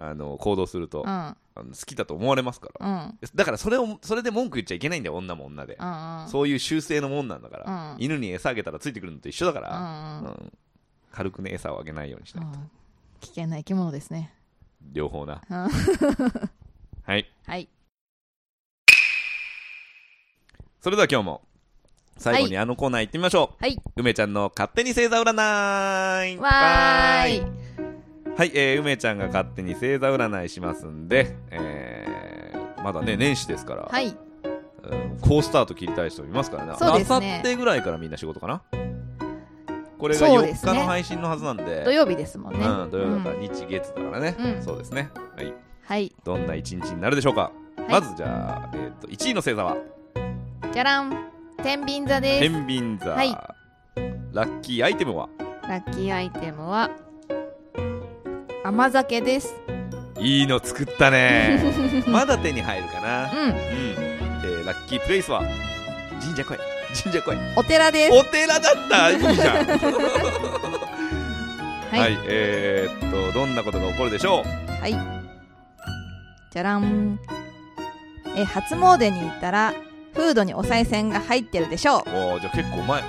Speaker 1: あの行動すると
Speaker 2: う、ん。
Speaker 1: あの好きだと思われますから、
Speaker 2: うん。うん
Speaker 1: だからそれをそれで文句言っちゃいけないんだよ女も女で、
Speaker 2: うん。
Speaker 1: そういう習性のもんなんだから、
Speaker 2: うん
Speaker 1: 犬に餌あげたらついてくるのと一緒だか
Speaker 2: うんう
Speaker 1: ら、
Speaker 2: ん
Speaker 1: う。ん軽くね餌をあげないようにし
Speaker 2: う
Speaker 1: ない、
Speaker 2: ん危険な生き物ですね。
Speaker 1: 両方な
Speaker 2: うん
Speaker 1: はい
Speaker 2: はい。
Speaker 1: それでは今日も最後に
Speaker 2: は
Speaker 1: あのコーナー行ってみましょう、
Speaker 2: はい。
Speaker 1: 梅ちゃんの勝手に星座占い
Speaker 2: わー
Speaker 1: は
Speaker 2: い。
Speaker 1: い、えー梅ちゃんが勝手に星座占いしますんで、えーまだね年始ですから、
Speaker 2: はい。
Speaker 1: うん好スタート切りたい人もいますからね
Speaker 2: そうです
Speaker 1: あ
Speaker 2: ね
Speaker 1: さってぐらいからみんな仕事かなこれが
Speaker 2: そうで
Speaker 1: 4
Speaker 2: す
Speaker 1: 日
Speaker 2: ね
Speaker 1: の配信のはずなんで
Speaker 2: 土曜日ですもんね。
Speaker 1: うん、土曜だから
Speaker 2: うん
Speaker 1: 日月だからね、
Speaker 2: うん
Speaker 1: そうですね、はい、
Speaker 2: はい。
Speaker 1: どんな一日になるでしょうか、
Speaker 2: い
Speaker 1: まずじゃあ、えー、と1位の星座は
Speaker 2: じゃらん。天秤座です。
Speaker 1: 天秤座、
Speaker 2: はい
Speaker 1: ラッキーアイテムは
Speaker 2: ラッキーアイテムは、甘酒です。
Speaker 1: いいの作った ねまだ手に入るかな、
Speaker 2: うん。
Speaker 1: うんえーラッキープレイスは神社来い神社来い
Speaker 2: お寺です。
Speaker 1: お寺だったいい じゃんはい、
Speaker 2: はい。
Speaker 1: えー、っとどんなことが起こるでしょう
Speaker 2: はい。じゃらん。え、初詣に行ったら、フードにお賽銭が入ってるでし ょう。
Speaker 1: おーじゃあ結構前あ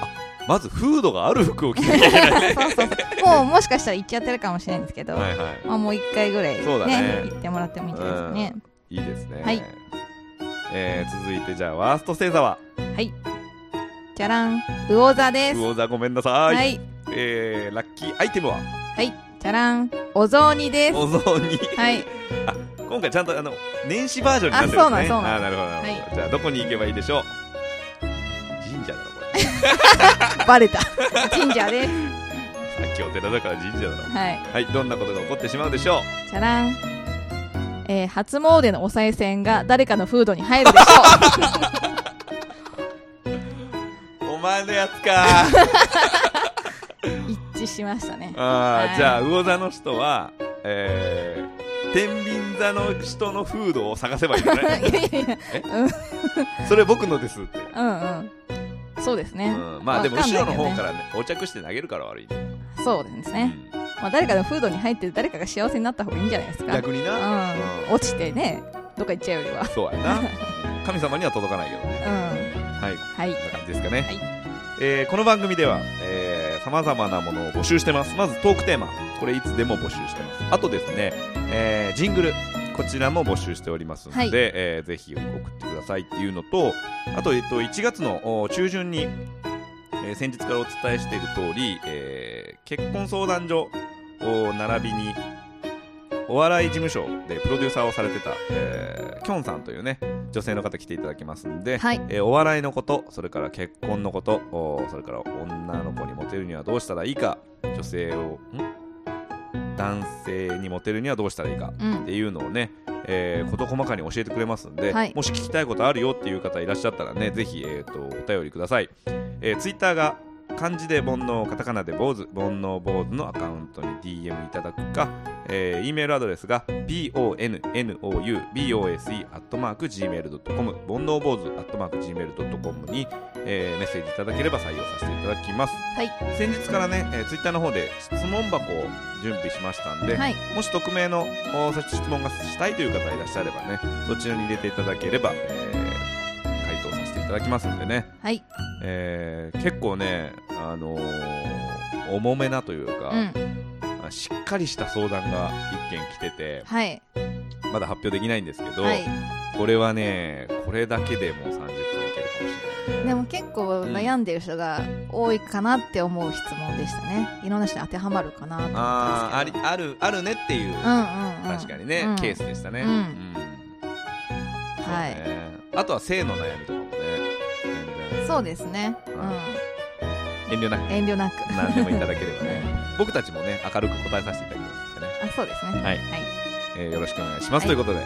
Speaker 1: まずフードがある服を着な きゃいけない
Speaker 2: そうそうそう。もう、もしかしたら行っちゃってるかもしれないんですけど、
Speaker 1: はいはい
Speaker 2: まあ、もう一回ぐらい、ね
Speaker 1: そうだね
Speaker 2: 行ってもらってもいいですね。
Speaker 1: いいですね、
Speaker 2: はい
Speaker 1: えー続いてじゃあワースト星座は
Speaker 2: じゃらん。魚座です。
Speaker 1: 魚座ごめんなさい、
Speaker 2: はい。
Speaker 1: えーラッキーアイテムは
Speaker 2: はい。じゃらん。お雑煮です。
Speaker 1: お雑煮
Speaker 2: はい。
Speaker 1: 今回ちゃんとあの年始バージョンになってるんですね
Speaker 2: あそうなんそうなん
Speaker 1: あーなるほどなるほど、じゃあどこに行けばいいでしょう神社だろこれ
Speaker 2: バレた。神社です。
Speaker 1: さっきお寺だから神社だろ
Speaker 2: はい。
Speaker 1: はいどんなことが起こってしまうでしょ
Speaker 2: じゃらん。えー初詣のお賽銭が誰かのフードに入るでしょ
Speaker 1: うお前のやつ か
Speaker 2: う。一致しましたね。
Speaker 1: あ
Speaker 2: は
Speaker 1: ー
Speaker 2: い
Speaker 1: じゃあ魚座の人はえー、天秤座の人のフードを探せばいいの
Speaker 2: いや い
Speaker 1: ね
Speaker 2: やいや
Speaker 1: それ僕のですって、
Speaker 2: うんうん。そうですね。
Speaker 1: うん、まあでも
Speaker 2: わかん
Speaker 1: 後
Speaker 2: ない
Speaker 1: ろ
Speaker 2: けど
Speaker 1: の
Speaker 2: ね
Speaker 1: 方からね横着して投げるから悪いね
Speaker 2: そうですね。まあ、誰かのフードに入ってる誰かが幸せになった方がいいんじゃないです
Speaker 1: うん
Speaker 2: か。
Speaker 1: 逆に
Speaker 2: う
Speaker 1: な、
Speaker 2: ん。落ちてね、どっか行っちゃうよりは。
Speaker 1: そうや な神様には届かないけどね
Speaker 2: うん。
Speaker 1: はい
Speaker 2: はい。
Speaker 1: こんな感じですかね、
Speaker 2: はい
Speaker 1: えーこの番組ではさまざまなものを募集してますまずトークテーマこれいつでも募集してますあとですね、えージングルこちらも募集しておりますので、
Speaker 2: はい
Speaker 1: えーぜひ送ってくださいっていうのとあと,、えっと1月のお中旬に、えー先日からお伝えしている通り、えー結婚相談所を並びにお笑い事務所でプロデューサーをされてた、えー、きょんさんというね女性の方来ていただきますんで、
Speaker 2: はい。
Speaker 1: えーお笑いのことそれから結婚のことおーそれから女の子にモテるにはどうしたらいいか女性をん男性にモテるにはどうしたらいいか
Speaker 2: う
Speaker 1: っ
Speaker 2: ん。
Speaker 1: ていうのをね、えー、事細かに教えてくれますんで、
Speaker 2: はい
Speaker 1: もし聞きたいことあるよっていう方いらっしゃったらねぜひ、えー、とお便りください、えー、ツイッターが「漢字で煩悩カタカナで坊主煩悩坊主のアカウントに DM いただくか、えー、E メールアドレスが bonoubose.gmail.com 煩悩坊主 .gmail.com に、えーメッセージいただければ採用させていただきます
Speaker 2: はい
Speaker 1: 先日からね、えー、ツイッターの方で質問箱を準備しましたんで、
Speaker 2: はい
Speaker 1: もし匿名のお質問がしたいという方がいらっしゃればねそちらに入れていただければ、えー回答させていただきますんでね、
Speaker 2: はい
Speaker 1: えー結構ね、あのー重めなというか、
Speaker 2: うん
Speaker 1: しっかりした相談が1件来てて
Speaker 2: はい
Speaker 1: まだ発表できないんですけど、
Speaker 2: はい
Speaker 1: これはねこれだけでもう30分いけるかもしれない
Speaker 2: でも結構悩んでる人が多いかなって思う質問でしたねいろんな人に当てはまるかなと思
Speaker 1: あー
Speaker 2: った
Speaker 1: あ
Speaker 2: ん
Speaker 1: り
Speaker 2: ですけど
Speaker 1: あるあるねっていう、
Speaker 2: あうんうん、うん、
Speaker 1: 確かにね、
Speaker 2: うん
Speaker 1: ケースでしたね、
Speaker 2: うん
Speaker 1: うんそう
Speaker 2: はい
Speaker 1: ねあとは性の悩みとかもね
Speaker 2: そうですね、う
Speaker 1: 全然遠慮なく
Speaker 2: ん、遠慮なく
Speaker 1: 何でもいただければね 僕たちもね明るく答えさせていただきますんでね、
Speaker 2: あそうですね
Speaker 1: はい
Speaker 2: はい、
Speaker 1: えーよろしくお願いします、
Speaker 2: はい
Speaker 1: ということで、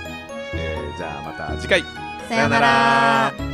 Speaker 1: えーじゃあまた次回
Speaker 2: さよなら
Speaker 1: さよな